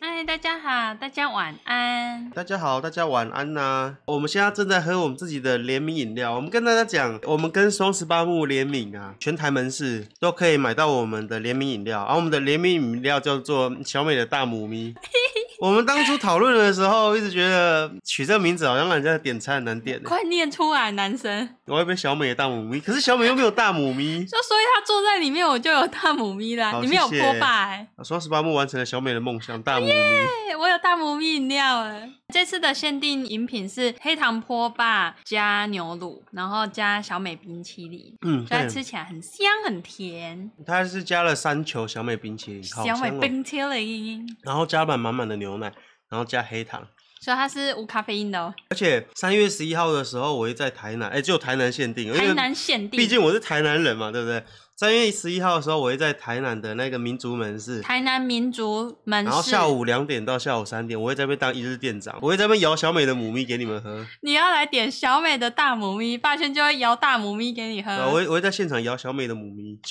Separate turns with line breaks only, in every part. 嗨，大家好，大家晚安。
大家好，大家晚安呐、我们现在正在喝我们自己的联名饮料。我们跟大家讲，我们跟双十八木联名啊，全台门市都可以买到我们的联名饮料。而、啊我们的联名饮料叫做小美的大母 咪。我们当初讨论的时候，一直觉得取这名字好像让人家点餐很难点、欸。
快念出来，男生！
我会被小美的大母咪，可是小美又没有大母咪。
就所以他坐在里面，我就有大母咪啦。
好
里面有
谢谢
波霸、欸，
双十八木完成了小美的梦想，大母咪。
哎，我有大母咪饮料哎。这次的限定饮品是黑糖波霸加牛乳，然后加小美冰淇淋，
嗯，
所以它
对，
吃起来很香很甜。
它是加了三球小美冰淇淋，嗯好
小美
香哦
冰淇淋，
然后加满满满的牛奶，然后加黑糖。
所以它是无咖啡因的哦，
而且三月十一号的时候，我会在台南，哎、只有台南限定，因
台
为
南限定。
毕竟我是台南人嘛，对不对？三月十一号的时候，我会在台南的那个民族门市，
台南民族门
然后
市，
下午两点到下午三点，我会在那边当一日店长，我会在那边摇小美的母咪给你们喝，
你要来点小美的大母咪，霸轩就会摇大母咪给你喝。
啊，我会我会在现场摇小美的母咪。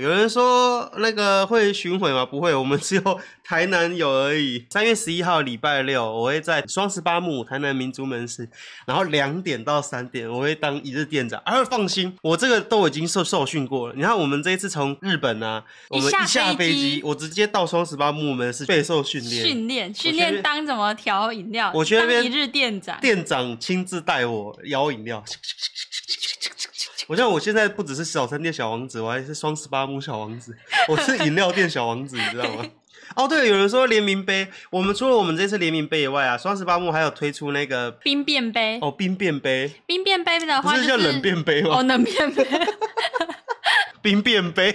有人说那个会巡回吗？不会，我们只有台南有而已。三月十一号礼拜六，我会在双十八木台南民族门市，然后两点到三点，我会当一日店长。而放心，我这个都已经受受训过了。你看，我们这一次从日本啊，我们
一
一
下
下
飞
飞
机
机，我直接到双十八木门市备受训练，
训练
去
训
那
练
边
当怎么调饮料，
我去
啊
那
当
边
一日店长，
店长亲自带我摇 饮料。我像我现在不只是早餐店小王子，我还是双十八木小王子，我是饮料店小王子，你知道吗？ 哦，对，有人说联名杯，我们除了我们这次联名杯以外啊，双十八木还有推出那个
冰变杯，
哦冰变杯，
冰变杯的
不
话就是
叫冷变杯吗？
哦，冷变杯，
冰变杯。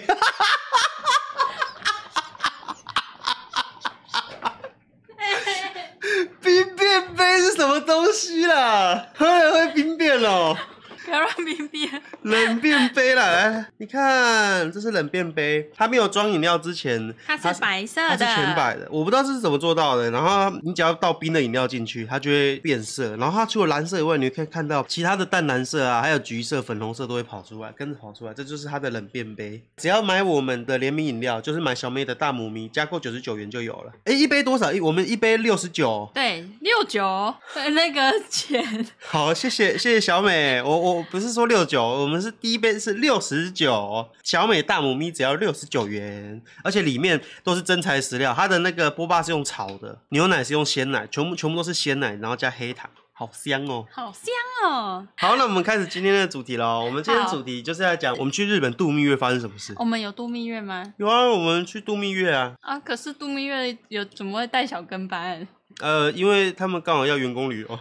冰变杯是什么东西啦？喝了会冰变哦。
不要乱冰变。
冷变杯啦，来，你看，这是冷变杯，它没有装饮料之前，
它是白色
它
的，
是全白的，我不知道这是怎么做到的。然后你只要倒冰的饮料进去，它就会变色。然后它除了蓝色以外，你可以看到其他的淡蓝色啊，还有橘色、粉红色都会跑出来，跟着跑出来。这就是它的冷变杯。只要买我们的联名饮料，就是买小妹的大母咪，加购九十九元就有了。哎，一杯多少？一我们一杯六十九。
对，六九对那个钱，
好，谢谢谢谢小美，我我不是说六九，我们是第一杯是六十九，小美大母咪只要六十九元，而且里面都是真材实料，它的那个波霸是用炒的，牛奶是用鲜奶，全部全部都是鲜奶，然后加黑糖，好香哦。
好香哦！
好，那我们开始今天的主题喽。我们今天的主题就是要讲我们去日本度蜜月发生什么事。
我们有度蜜月吗？
有啊，我们去度蜜月啊，
啊，可是度蜜月有怎么会带小跟班？
呃，因为他们刚好要员工旅游，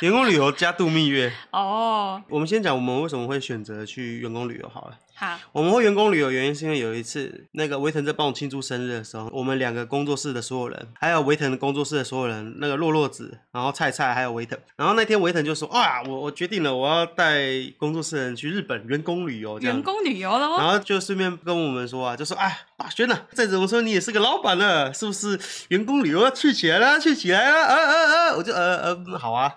员工旅游加度蜜月。
哦，
我们先讲我们为什么会选择去员工旅游好了。
好，
我们会员工旅游原因是因为有一次，那个维腾在帮我庆祝生日的时候，我们两个工作室的所有人，还有维腾的工作室的所有人，那个洛洛子，然后菜菜，还有维腾。然后那天维腾就说：“啊，我我决定了，我要带工作室的人去日本员工旅游。”这样啊
员。工旅游喽。
然后就顺便跟我们说啊，就说哎，霸轩呐、再怎么说你也是个老板了，是不是？员工旅游要去起来啦，去起来啦，呃呃呃，我就呃呃嗯好啊，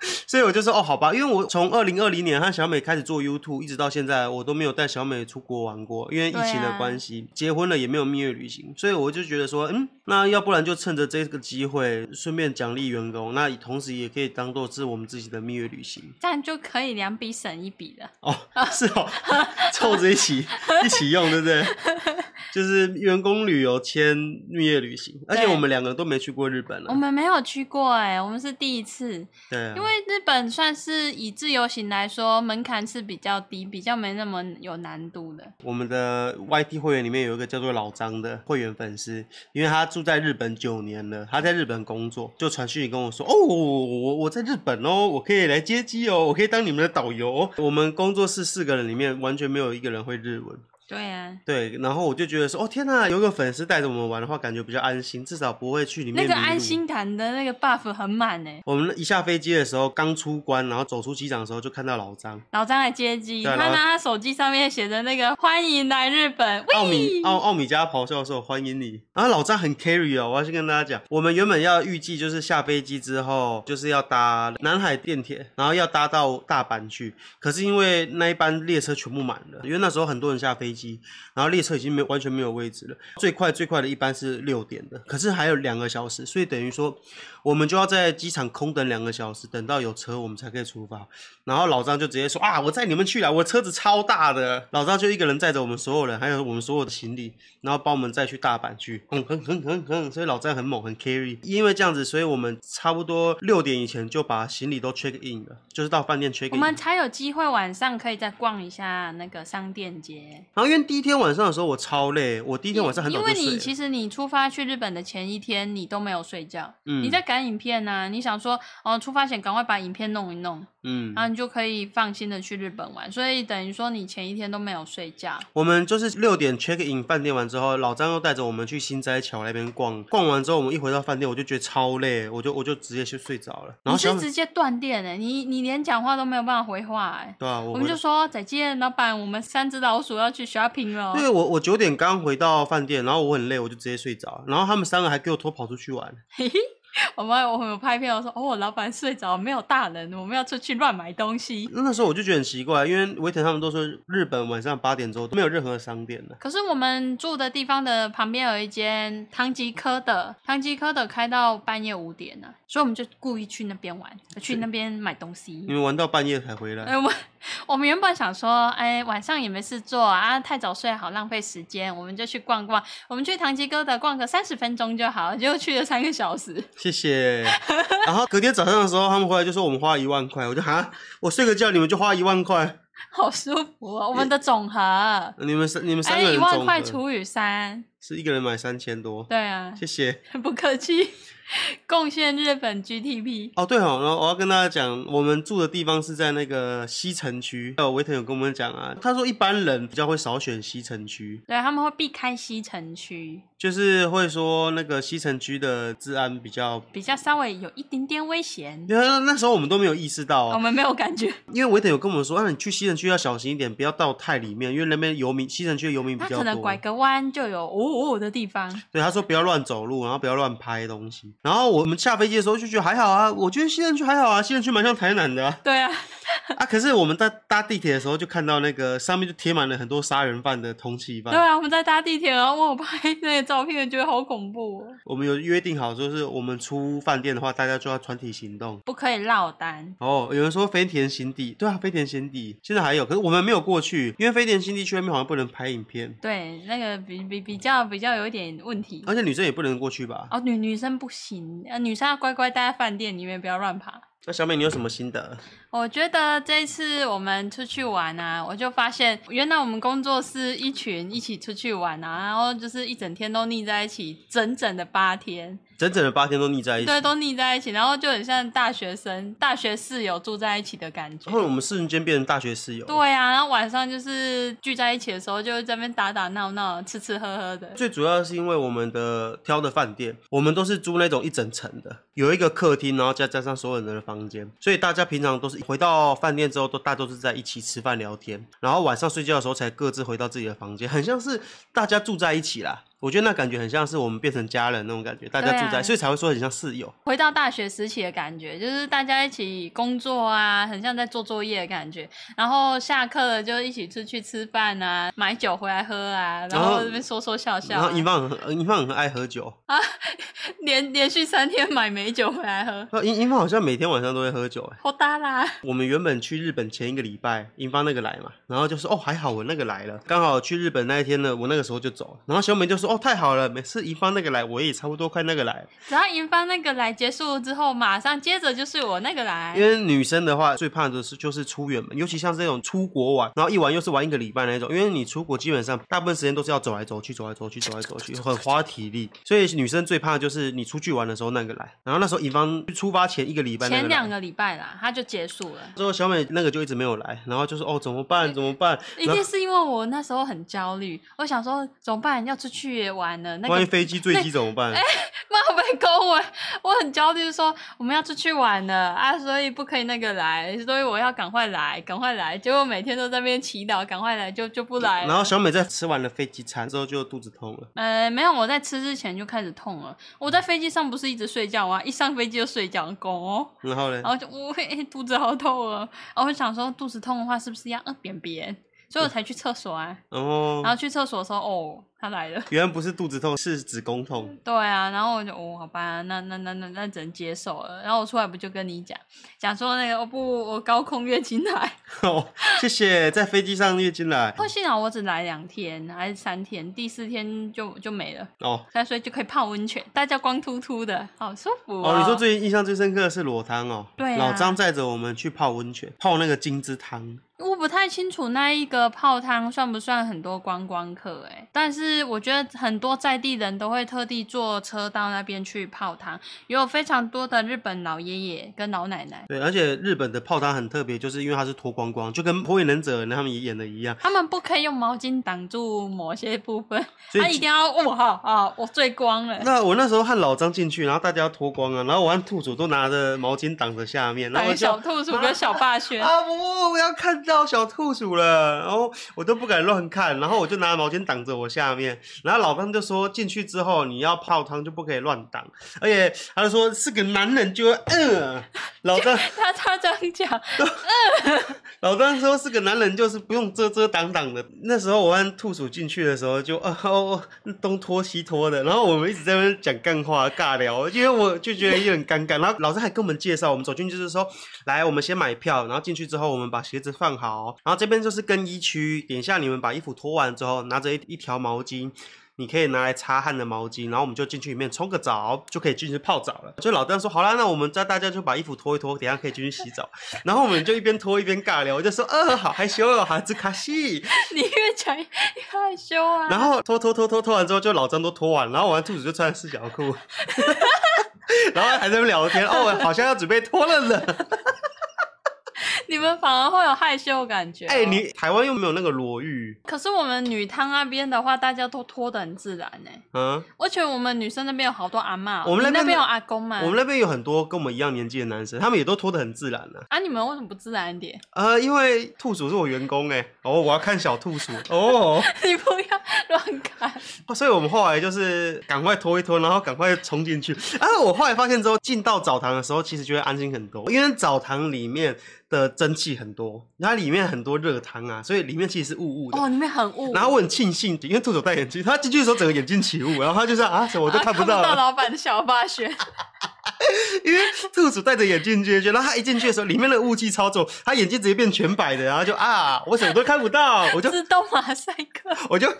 所以我就说哦，好吧，因为我从二零二零年和小美开始做 YouTube，一直到现在，我都没有带小美出国玩过，因为疫情
对
的
啊
关系，结婚了也没有蜜月旅行，所以我就觉得说，嗯，那要不然就趁着这个机会，顺便奖励员工，那同时也可以当做是我们自己的蜜月旅行。
这样就可以两笔省一笔了。
哦，是哦，凑着一起一起用，对不对？就是员工旅游签蜜月旅行，而且
对
我们两个都没去过日本了啊
我。们没有去过哎、我们是第一次，
对、啊，
因为日本算是以自由行来说门槛是比较低，比较没那么有难度的。
我们的 YT 会员里面有一个叫做老张的会员粉丝，因为他住在日本九年了，他在日本工作，就传讯息跟我说：“哦，我我在日本哦，我可以来接机哦，我可以当你们的导游哦。”我们工作室四个人里面完全没有一个人会日文，
对啊，
对，然后我就觉得说，哦天呐，有个粉丝带着我们玩的话，感觉比较安心，至少不会去里面
那个
迷路
安。心感的那个 buff 很满哎、
我们一下飞机的时候，刚出关，然后走出机场的时候，就看到老张，
老张来接机，
对
他
啊
拿
然后
他手机上面写的那个“欢迎来日本”，
奥米
喂
奥奥米加咆哮兽欢迎你。然后老张很 carry 哦，我要先跟大家讲，我们原本要预计就是下飞机之后，就是要搭南海电铁，然后要搭到大阪去。可是因为那一班列车全部满了，因为那时候很多人下飞机，然后列车已经没有完全没有位置了。最快最快的一班是六点的，可是还有两个小时，所以等于说我们就要在机场空等两个小时，等到有车我们才可以出发。然后老张就直接说啊，我载你们去了，我车子超大的。老张就一个人载着我们所有人，还有我们所有的行李，然后帮我们再去大阪去，哼哼哼哼哼。所以老张很猛，很 carry。因为这样子，所以我们差不多六点以前就把行李都 check in 了，就是到饭店 check in。
我们才有机会晚上可以再逛一下那个商店街。
然后因为第一天晚上的时候我超累，我第一天晚上很早
因
就
为
睡
你
了。
其实你出发去日本的前一天，你都没有睡觉，
嗯
你在赶影片呐、你想说哦，出发前赶快把影片弄一弄，
嗯
然，后你就可以放心的去日本玩。所以等于说你前一天都没有睡觉，
我们就是六点 check in 饭店完之后，老张又带着我们去新斋桥那边逛，逛完之后我们一回到饭店，我就觉得超累，我就我就直接去睡着了。
你
然后小
是
美
直接断电哎、你你连讲话都没有办法回话哎、
对啊，我
我
回
们
到
就说再见，老板，我们三只老鼠要去 shopping 了。
对啊我我九点刚回到饭店，然后我很累，我就直接睡着，然后他们三个还给我偷跑出去玩。
我们我们有拍片，我说哦，老板睡着，没有大人，我们要出去乱买东西。
那时候我就觉得很奇怪，因为维腾他们都说日本晚上八点之后没有任何商店的。
可是我们住的地方的旁边有一间唐吉诃德，唐吉诃德开到半夜五点呢、所以我们就故意去那边玩，去那边买东西
你。们玩到半夜才回来，
哎，我我们原本想说，哎，晚上也没事做啊，太早睡好浪费时间，我们就去逛逛。我们去唐吉诃德逛个三十分钟就好，结果去了三个小时。
谢谢。然后隔天早上的时候，他们回来就说我们花了一万块，我就哈，我睡个觉你们就花一万块，
好舒服哦，我们的总和，
你们三你们 三
哎，
个
一
人总
万
和
块除以三，
是一个人买三千多，
对啊，
谢谢。
不客气， 贡献日本 GDP。
哦，对哦，然后我要跟大家讲，我们住的地方是在那个西城区。呃，维腾有跟我们讲啊，他说一般人比较会少选西城区，
对，他们会避开西城区，
就是会说那个西城区的治安比较。
比较稍微有一点点危险，
因为那时候我们都没有意识到、
我
啊，
们没有感觉。
因为维腾有跟我们说，啊，你去西城区要小心一点，不要到太里面，因为那边游民，西城区的游民比
他
较
可能拐
多。
个弯就有哦哦的地方，
对，他说不要乱走路，然后不要乱拍东西。然后我们下飞机的时候就觉得还好啊，我觉得西城区还好啊，西城区蛮像台南的啊。
对啊，
啊，可是我们在搭地铁的时候就看到那个上面就贴满了很多杀人犯的通缉
对
犯。
啊，我们在搭地铁，然后我有拍那些照片，觉得好恐怖、哦，
我们有约定好，就是我们出饭店的话，大家就要团体行动。
不可以落单。
哦，有人说飞田新地，对啊，飞田新地现在还有，可是我们没有过去，因为飞田新地去那边好像不能拍影片，
对，那个比比比较比较有一点问题。
而且女生也不能过去吧？
哦，女女生不行，呃，女生要乖乖待在饭店里面，不要乱爬。
那小美，你有什么心得？
我觉得这次我们出去玩啊，我就发现原来我们工作室一群一起出去玩啊，然后就是一整天都腻在一起，整整的八天，
整整的八天都腻在一起，
对，都腻在一起，然后就很像大学生、大学室友住在一起的感觉
然。后我们瞬间变成大学室友。
对啊，然后晚上就是聚在一起的时候，就在那边打打闹闹、吃吃喝喝的。
最主要是因为我们的挑的饭店，我们都是租那种一整层的，有一个客厅，然后再加上所有人的房间，所以大家平常都是回到饭店之后都大家都是在一起吃饭聊天，然后晚上睡觉的时候才各自回到自己的房间，很像是大家住在一起啦。我觉得那感觉很像是我们变成家人那种感觉，大家住在，
对啊
所以才会说很像室友。
回到大学时期的感觉，就是大家一起工作啊，很像在做作业的感觉。然后下课了就一起出去吃饭啊，买酒回来喝啊，然
然
后
后
这边说说笑笑
然
啊、
后呃英放很英放很爱喝酒，
连 连续三天买美酒回来喝，
英英放好像每天晚上都会喝酒、欸。
好大啦！
我们原本去日本前一个礼拜，英方那个来嘛，然后就说哦还好我那个来了，刚好去日本那一天呢，我那个时候就走了。然后小美就说哦太好了，每次英方那个来，我也差不多快那个来了。
只要银帆那个来结束之后，马上接着就是我那个来
因。为女生的话最怕的是就是出远门，尤其像这种出国玩，然后一玩又是玩一个礼拜那一种，因为你出国基本上大部分时间都是要走来走去，走来走去，走来走去，很花体力。所以女生最怕的就是你出去玩的时候那个来，然后那时候英方出发前一个礼拜那
前
个来
两。个礼拜啦，他就结束了，
之后小美那个就一直没有来，然后就说哦怎么办怎么办，
一
然后
定是因为我那时候很焦虑，我想说怎么办，要出去玩了，那个
万一飞机坠机怎么办？
妈被公文，我很焦虑，就说我们要出去玩了啊，所以不可以那个来，所以我要赶快来，赶快来。结果每天都在那边祈祷，赶快来，就就不来了。
然后小美在吃完了飞机餐之后就肚子痛了，
呃，没有，我在吃之前就开始痛了。我在飞机上不是一直睡觉吗？一上飞机就睡觉，狗哦、
然后呢
然，后就我、嘿嘿肚子好痛啊。然后我想说，肚子痛的话是不是要饿扁扁？所以我才去厕所啊。
哦
然，后去厕所的时候，哦，他来了。
原来不是肚子痛，是子宫痛。
对啊，然后我就哦，好吧，那那那那那只能接受了。然后我出来不就跟你讲，讲说那个哦不，我高空月经来。
哦，谢谢，在飞机上月经来。
会幸好我只来两天还是三天，第四天就就没了，
哦
那所以就可以泡温泉，大家光秃秃的，好舒服啊
哦，你说最印象最深刻的是裸汤哦。
对啊
老张载着我们去泡温泉，泡那个金枝汤。
我不太清楚那一个泡汤算不算很多观光客哎、欸但是我觉得很多在地人都会特地坐车到那边去泡汤，也有非常多的日本老爷爷跟老奶奶，
对，而且日本的泡汤很特别，就是因为它是脱光光，就跟《火影忍者》他们也演的一样，
他们不可以用毛巾挡住某些部分，
所
他一
以。
定要哇啊啊，我最光了，
那我那时候和老张进去，然后大家要脱光啊，然后我和兔主都拿着毛巾挡着下面，然后我
挡
就
小兔鼠跟小霸轩。
啊，我我要看到小兔鼠了，然后我都不敢乱看，然后我就拿毛巾挡着我下面，然后老张就说进去之后你要泡汤就不可以乱挡，而且他就说是个男人就会嗯，老张
他他这样讲，
老张说是个男人就是不用遮遮挡挡的。那时候我和兔鼠进去的时候就啊哦东拖西拖的，然后我们一直在那边讲干话尬聊，因为我就觉得有点尴尬。然后老师还跟我们介绍，我们走进去就是说，来我们先买票，然后进去之后我们把鞋子放好，然后这边就是更衣区，等一下你们把衣服脱完之后，拿着一一条毛巾。你可以拿来擦汗的毛巾，然后我们就进去里面冲个澡，就可以进去泡澡了。就老张说好啦，那我们叫大家就把衣服脱一脱，等一下可以进去洗澡。然后我们就一边脱一边尬聊，我就说，呃，好害羞哦，哈兹卡西。
你越讲越害羞啊。
然后脱脱脱脱脱完之后，就老张都脱完，然后完兔子就穿四角裤， 然后还在那边聊天，哦，好像要准备脱了呢。
你们反而会有害羞的感觉哦、
哎、你台湾又没有那个裸浴，
可是我们女汤那边的话，大家都脱得很自然呢、
嗯，
而且我们女生那边有好多阿嬷哦，
我们那
你
边
那边有阿公嘛。
我们那边有很多跟我们一样年纪的男生，他们也都脱得很自然呢、
啊，你们为什么不自然一点？
呃，因为兔鼠是我员工哎、哦，我要看小兔鼠哦，
你不要乱看，
所以我们后来就是赶快拖一拖，然后赶快冲进去。啊，我后来发现之后，进到澡堂的时候，其实就会安心很多，因为澡堂里面的蒸汽很多，它里面很多热汤啊，所以里面其实是雾雾的。
哦，你们很雾。
然后我很庆幸，因为兔手戴眼镜，他进去的时候整个眼睛起雾，然后他就是啊，什么我都
啊
看
不
不到了。
老板的小霸轩，
因为兔鼠戴着眼镜进去，然后他一进去的时候，里面的雾气超重，他眼睛直接变全白的，然后就啊，我什么都看不到，我就
自动马赛克。
我就哟。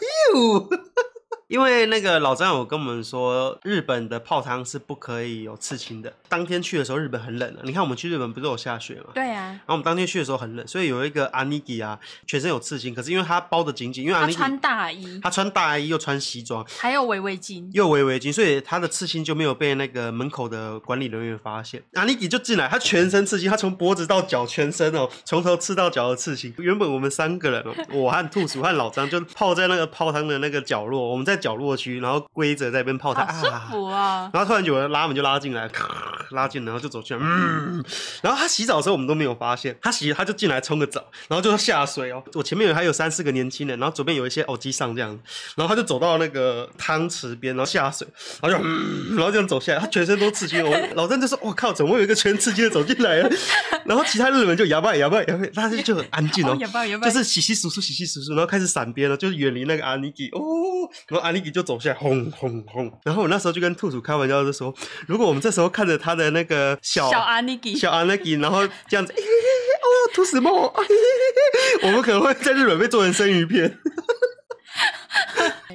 因为那个老张有跟我们说，日本的泡汤是不可以有刺青的。当天去的时候，日本很冷啊。你看我们去日本不是有下雪吗？
对啊，
然后我们当天去的时候很冷，所以有一个阿尼基啊，全身有刺青，可是因为他包的紧紧，因为阿
他
尼基
穿大衣，
他穿大衣又穿西装，
还有围围巾。
又围围巾，所以他的刺青就没有被那个门口的管理人员发现。阿尼基就进来，他全身刺青，他从脖子到脚全身哦，从头刺到脚的刺青。原本我们三个人哦， 我和兔鼠和老张就泡在那个泡汤的那个角落，我们在角落区，然后规则在那边泡汤
好舒
啊。
服啊！
然后突然有人拉门就拉进来，咔拉进来，然后就走进来，嗯。然后他洗澡的时候我们都没有发现，他洗他就进来冲个澡，然后就下水哦。我前面有还有三四个年轻人，然后左边有一些哦机上这样，然后他就走到那个汤池边，然后下水，然后就嗯，然后这样走下来，他全身都刺青。我老郑就说：“我靠，怎么会有一个全刺青的走进来啊？”然后其他日本人就哑巴哑巴哑巴，但是就很安静哦
哦，。也罢也罢
就，是洗洗簌簌，洗洗簌簌，然后开始闪边了，就是远离那个阿尼基哦，然后阿尼基就走下来，轰轰轰。然后我那时候就跟兔鼠开玩笑，就说，如果我们这时候看着他的那个小
小阿尼基，
小阿尼基，然后这样子，嘿嘿嘿哦，吐什么？嘿嘿嘿我们可能会在日本被做成生鱼片。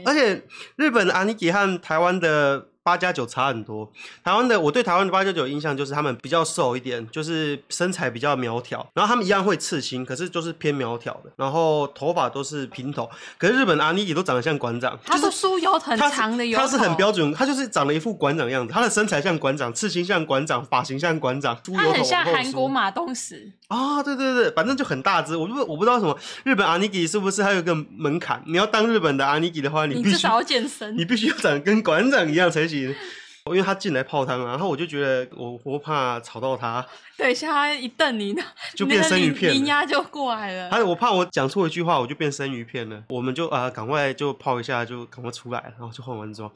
而且日本的阿尼基和台湾的八加九差很多。台湾的我对台湾的八加九印象就是他们比较瘦一点，就是身材比较苗条，然后他们一样会刺青，可是就是偏苗条的，然后头发都是平头。可是日本的阿尼基都长得像馆长，
他
就是
梳油很
他
长的油头，
他是很标准，他就是长了一副馆长样子，他的身材像馆长，刺青像馆长，发型像馆长，猪
他
油头
很像
往后
韩国
梳
马东石，
啊、对对对，反正就很大只。我不我不知道什么日本阿尼基是不是还有一个门槛，你要当日本的阿尼基的话，
你
必
至
须
少要健身
你。必须要长得跟馆长一样才行。因为他进来泡汤啊，然后我就觉得我我怕吵到他，
等一下他一瞪你，
就变生鱼
你
片
那个邻邻
了。
鸭就过来了。
还有我怕我讲错一句话，我就变生鱼片了。我们就啊，呃赶、快就泡一下，就赶快出来，然后就换完妆。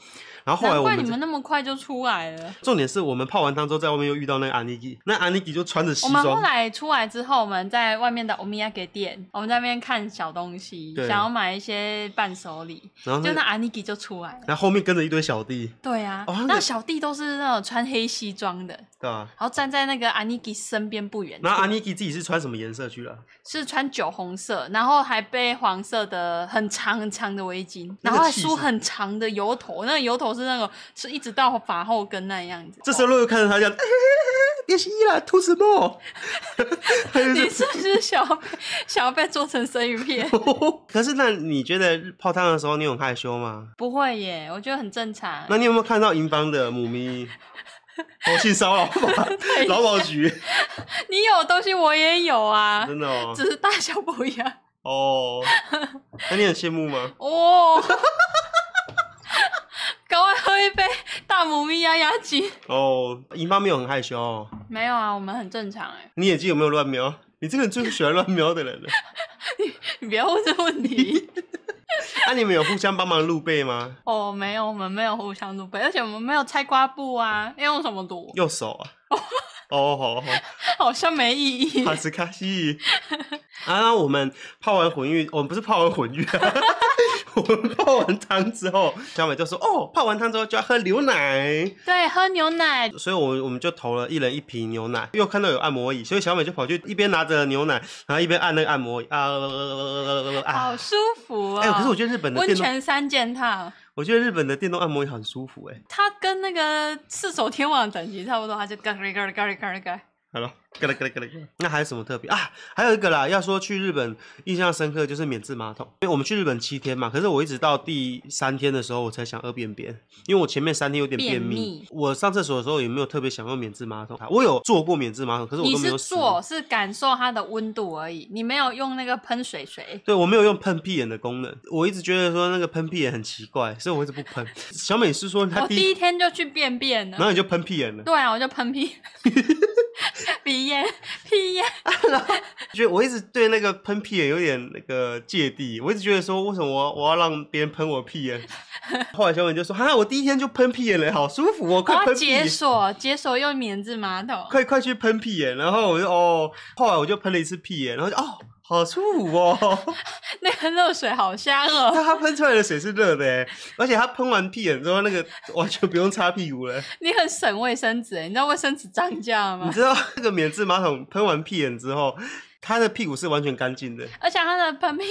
然后后来
难
我
怪
们
你
在
们那么快就出来了。
重点是我们泡完汤之后，在外面又遇到那个阿尼基，那阿尼基就穿着西
我们后
装，
来出来之后，我们在外面的欧米亚给店，我们在那边看小东西，
对
想要买一些伴手礼，
然后
就
那
那
个
阿尼基就出来了。
然后后面跟着一堆小弟，
对啊，
哦那个
那小弟都是那种穿黑西装的，
对吧、
然后站在那个阿尼基身边不远处，
然后阿尼基自己是穿什么颜色去了？
是穿酒红色，然后还背黄色的很长很长的围巾，
那
然
个
后还
气
梳
势
很长的油头，那个油头是那种是一直到发后跟那样子。哦
这时候洛又看着他讲，哎、欸，别吸了，吐什么？他就
你
是。
是不是想要被 想要被做成生鱼 片？
可是那你觉得泡汤的时候你很害羞吗？
不会耶，我觉得很正常。
那你有没有看到银方的母咪？哦，性骚扰吧，劳保局，
你有东西我也有啊，
真的哦。
只是大小不一样
哦，那你很羡慕吗？
哦。 赶快喝一杯大母咪压压惊。
哦，银方没有很害羞、哦。
没有啊，我们很正常哎，
你眼睛有没有乱瞄？你这个人最不喜欢乱瞄的人了。
你不要问这个问题。
啊，你们有互相帮忙露背吗？
哦，没有，我们没有互相撸背，而且我们没有拆刮布啊，要用什么撸？
右手啊。哦，好好，
好像没意义。
哈斯卡西。啊，那我们泡完混浴，我们不是泡完混浴、啊，我们泡完汤之后，小美就说：“哦，泡完汤之后就要喝牛奶。”
对，喝牛奶，
所以我们我们就投了一人一瓶牛奶，又看到有按摩椅，所以小美就跑去一边拿着牛奶，然后一边按那个按摩椅啊
好
啊！
舒服啊。
哎、可是我觉得日本的
温
电动，
泉三件套。
我觉得日本的电动按摩椅很舒服哎、
它跟那个四手天王等级差不多，它就嘎嘎嘎嘎嘎嘎。
好了，咯咯咯咯咯。那还有什么特别啊？还有一个啦，要说去日本印象深刻就是免治马桶，因为我们去日本七天嘛，可是我一直到第三天的时候我才想二便便，因为我前面三天有点
便
便秘，
秘
我上厕所的时候也没有特别想用免治马桶，我有坐过免治马桶，可是我
你
都没
是
有使用
做是感受它的温度而已，你没有用那个喷水水。
对我没有用喷屁眼的功能，我一直觉得说那个喷屁眼很奇怪，所以我一直不喷。小美是说她
我
第
哦第
一，
一天就去便便
然
了，
后你就喷屁眼了，
对啊，我就喷屁，鼻炎、屁炎，
觉得我一直对那个喷屁眼有点那个芥蒂，我一直觉得说为什么我我要让别人喷我屁眼？后来小美就说哈，我第一天就喷屁眼了，好舒服哦，
我
快
要
喷屁
解
眼。
锁解锁用免治马桶。
快快去喷屁眼，然后我就哦，后来我就喷了一次屁眼，然后就哦，好舒服哦。
那个热水好香哦！
但它喷出来的水是热的耶，而且它喷完屁眼之后，那个完全不用擦屁股了。
你很省卫生纸耶，欸你知道卫生纸涨价
你
吗？
知道那个免治马桶喷完屁眼之后，他的屁股是完全干净的，
而且它的喷屁，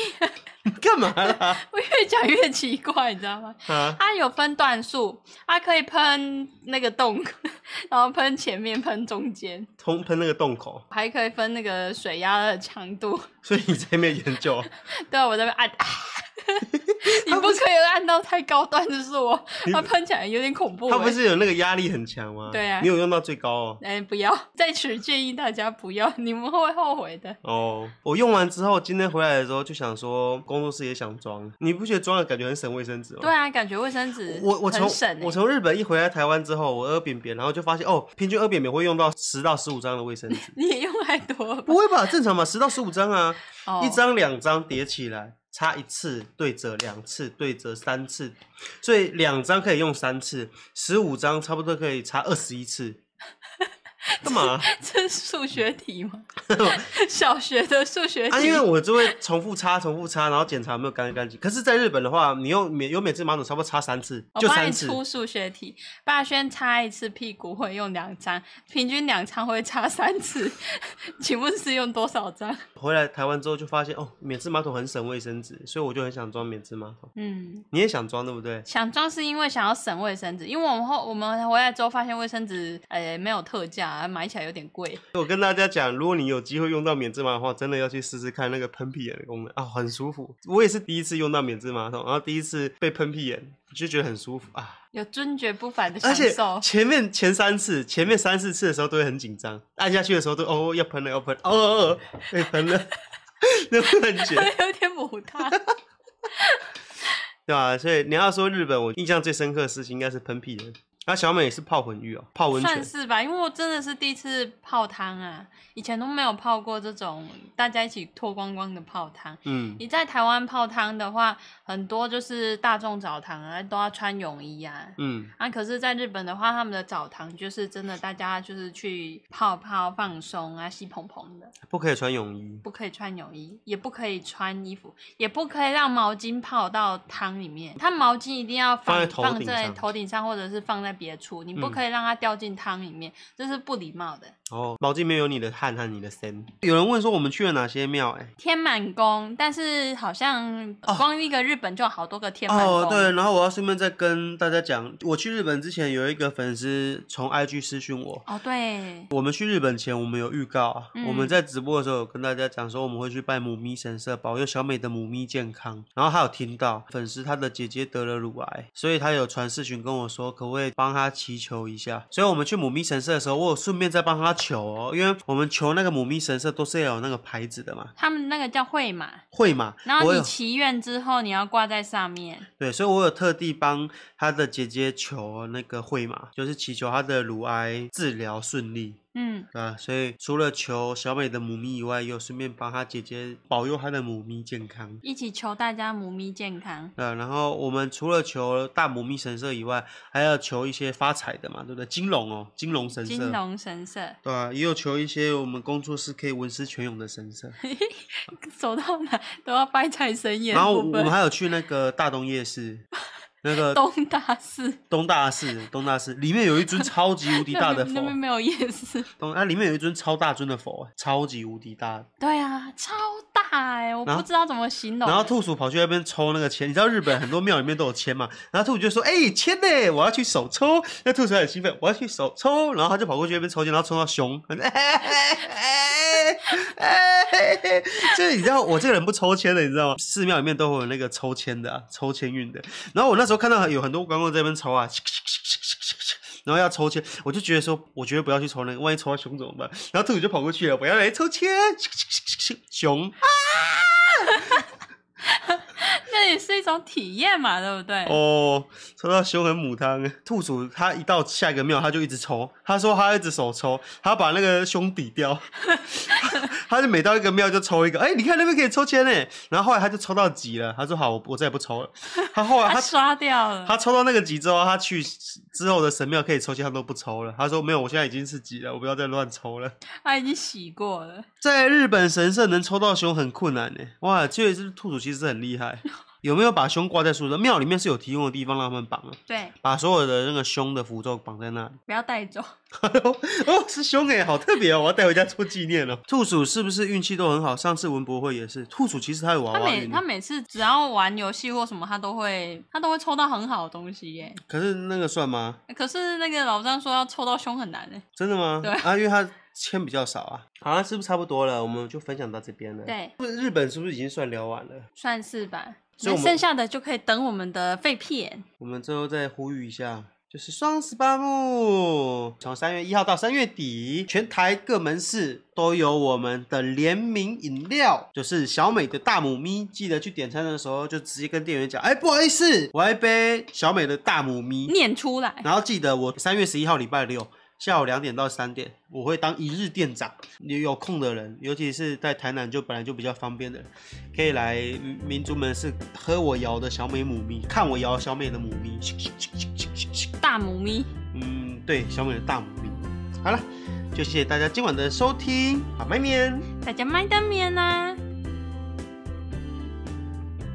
你干嘛啦？
我越讲越奇怪，你知道吗？
啊，
它有分段数，它可以喷那个洞， 然后喷前面，喷中间，
通喷那个洞口，
还可以分那个水压的强度。
所以你在那边研究，
对啊，我在那边 按，你不可以按到太高段数哦
你，
它喷起来有点恐怖、欸。
它不是有那个压力很强吗？
对啊
你有用到最高哦。
哎、不要！在此建议大家不要，你们会后悔的。
哦，我用完之后，今天回来的时候就想说，工作室也想装，你不觉得装了感觉很省卫生纸吗？哦
对啊，感觉卫生纸
我我从
很省、欸。
我从日本一回来台湾之后，我二扁扁，然后就发现哦，平均二扁扁会用到十到十五张的卫生 纸，
你也用太多了吧
不会吧？正常吧，十到十五张啊。
哦
一张两张叠起来，擦一次对折，两次对折，三次，所以两张可以用三次，十五张差不多可以擦二十一次。 干嘛
这是数学题吗？ 小学的数 学题。
嗯啊？因为我就会重复擦，重复擦，然后检查有没有干干净。可是，在日本的话，你用免有免治马桶，差不多擦三次，
我
就
哦帮
三
你
次。
出数学题，霸轩擦一次屁股会用两张，平均两张会擦三次， 请问是用多少张？
回来台湾之后就发现哦，免治马桶很省卫生纸，所以我就很想装免治马桶。
嗯，
你也想装对不对？
想装是因为想要省卫生纸，因为我们后我们回来之后发现卫生纸呃没有特价，买起来有点贵。
我跟大家讲，如果你有机会用到免治马桶的话，真的要去试试看那个喷屁眼的功能啊，很舒服。我也是第一次用到免治马桶，然后第一次被喷屁眼，就觉得很舒服啊。
有尊爵不凡的
而
享
且
受，
前面前三次、前面三四次的时候都会很紧张，按下去的时候都哦要喷了要喷，哦哦哦要喷了， 那种感觉
有点母汤。
对吧、所以你要说日本，我印象最深刻的事情应该是喷屁眼。那小美是泡混浴哦，泡温泉
算。是吧，因为我真的是第一次泡汤啊，以前都没有泡过这种大家一起脱光光的泡汤。
嗯，
你在台湾泡汤的话，很多就是大众澡堂啊，都要穿泳衣啊。
嗯，
啊，可是，在日本的话，他们的澡堂就是真的，大家就是去泡泡放松啊，吸蓬蓬的，
不可以穿泳衣。
不可以穿泳衣，也不可以穿衣服，也不可以让毛巾泡到汤里面。它毛巾一定要
放在
放
头顶
在
上
头顶上，或者是放在别处，你不
嗯
可以让它掉进汤里面，这是不礼貌的。
哦，毛巾里面有你的汗和你的身。有人问说我们去了哪些庙？哎，
天满宫，但是好像
哦
光一个日本就有好多个天满宫。
哦，对，然后我要顺便再跟大家讲，我去日本之前有一个粉丝从 IG 私讯我。
哦对，
我们去日本前，我们有预告啊，
嗯
我们在直播的时候有跟大家讲说，我们会去拜母咪神社，保佑小美的母咪健康。然后她有听到粉丝她的姐姐得了乳癌，所以她有传视讯跟我说，可不可以帮她祈求一下。所以我们去母咪神社的时候，我有顺便在帮她求哦，因为我们求那个母咪神社都是要有那个牌子的嘛，
他们那个叫会马，
会嘛？
然后
我
你
有
祈愿之后，你要挂在上面。
对，所以我有特地帮他的姐姐求那个会嘛，就是祈求她的乳癌治疗顺利。
嗯，
对啊，所以除了求小美的母咪以外，又顺便帮她姐姐保佑她的母咪健康。
一起求大家母咪健康。
呃，然后我们除了求大母咪神社以外，还要求一些发财的嘛，对不对？金龙哦，金龙神社，
金龙神社，
对啊，也有求一些我们工作室可以文思泉涌的 神社。
走到哪都要拜财神爷
然后我
部
我们
分。
还有去那个大东夜市，那个
东大寺
东大寺，东大寺里面有一尊超级无敌大
那
的
边
佛
那，边没有夜市，
东啊里面有一尊超大尊的佛，超级无敌大。
对啊，超大哎、我
然后
不知道怎么形容。
然后兔鼠跑去那边抽那个签，你知道日本很多庙里面都有签嘛？然后兔鼠就说：“哎、签呢？我要去手抽。”那兔鼠很兴奋，我要去手抽。然后他就跑过去那边抽签，然后抽到胸。哎哎哎哎哎！ 就是你知道我这个人不抽签的，你知道吗？寺庙里面都会有那个抽签的、啊，抽签运的。然后我那时候看到有很多观光在那边抽啊。然后要抽签，我就觉得说，我绝对不要去抽那个，万一抽到熊怎么办？然后兔子就跑过去了，我要来抽签，熊
那也是一种体验嘛，对不对？
哦，抽到熊很母汤，兔鼠它一到下一个庙，它就一直抽，他说他一直手抽，他把那个胸抵掉， 他就每到一个庙就抽一个，哎、你看那边可以抽签呢，然后后来他就抽到急了，他说好，我我再也不抽了，他后来
他
他
刷掉了。
他抽到那个集之后，他去之后的神庙可以抽签，他都不抽了。他说没有，我现在已经是集了，我不要再乱抽了。
他已经洗过了，
在日本神社能抽到熊很困难呢。哇，这一只兔鼠其实很厉害。有没有把胸挂在树上？庙里面是有提供的地方让他们绑啊，
对，
把所有的那个胸的符咒绑在那里。
不要带走。
哦，是胸哎，好特别哦，我要带回家做纪念哦。兔鼠是不是运气都很好？上次文博会也是，兔鼠其实它有娃
他
娃
每
运
他，每次只要玩游戏或什么，他都会他都会抽到很好的东西耶。
可是那个算吗？
可是那个老张说要抽到胸很难耶。欸
真的吗？
对
啊，因为它签比较少啊。好、啊，是不是差不多了？我们就分享到这边了。，
对，
日本是不是已经算聊完了？
算是吧。
所以
那
我们
剩下的就可以等我们的废片。
我们最后再呼吁一下，就是双十八目，从三月一号到三月底，全台各门市都有我们的联名饮料，就是小美的大母咪。记得去点餐的时候，就直接跟店员讲，哎，不好意思，我要一杯小美的大母咪。
念出来。
然后记得我三月十一号礼拜六下午两点到三点，我会当一日店长。你有空的人，尤其是在台南就本来就比较方便的人，可以来嗯民族门市喝我摇的小美母咪，看我摇小美的母咪。
大母咪，
嗯，对，小美的大母咪。好了，就谢谢大家今晚的收听，好，拜拜。
大家麦当面啦、啊。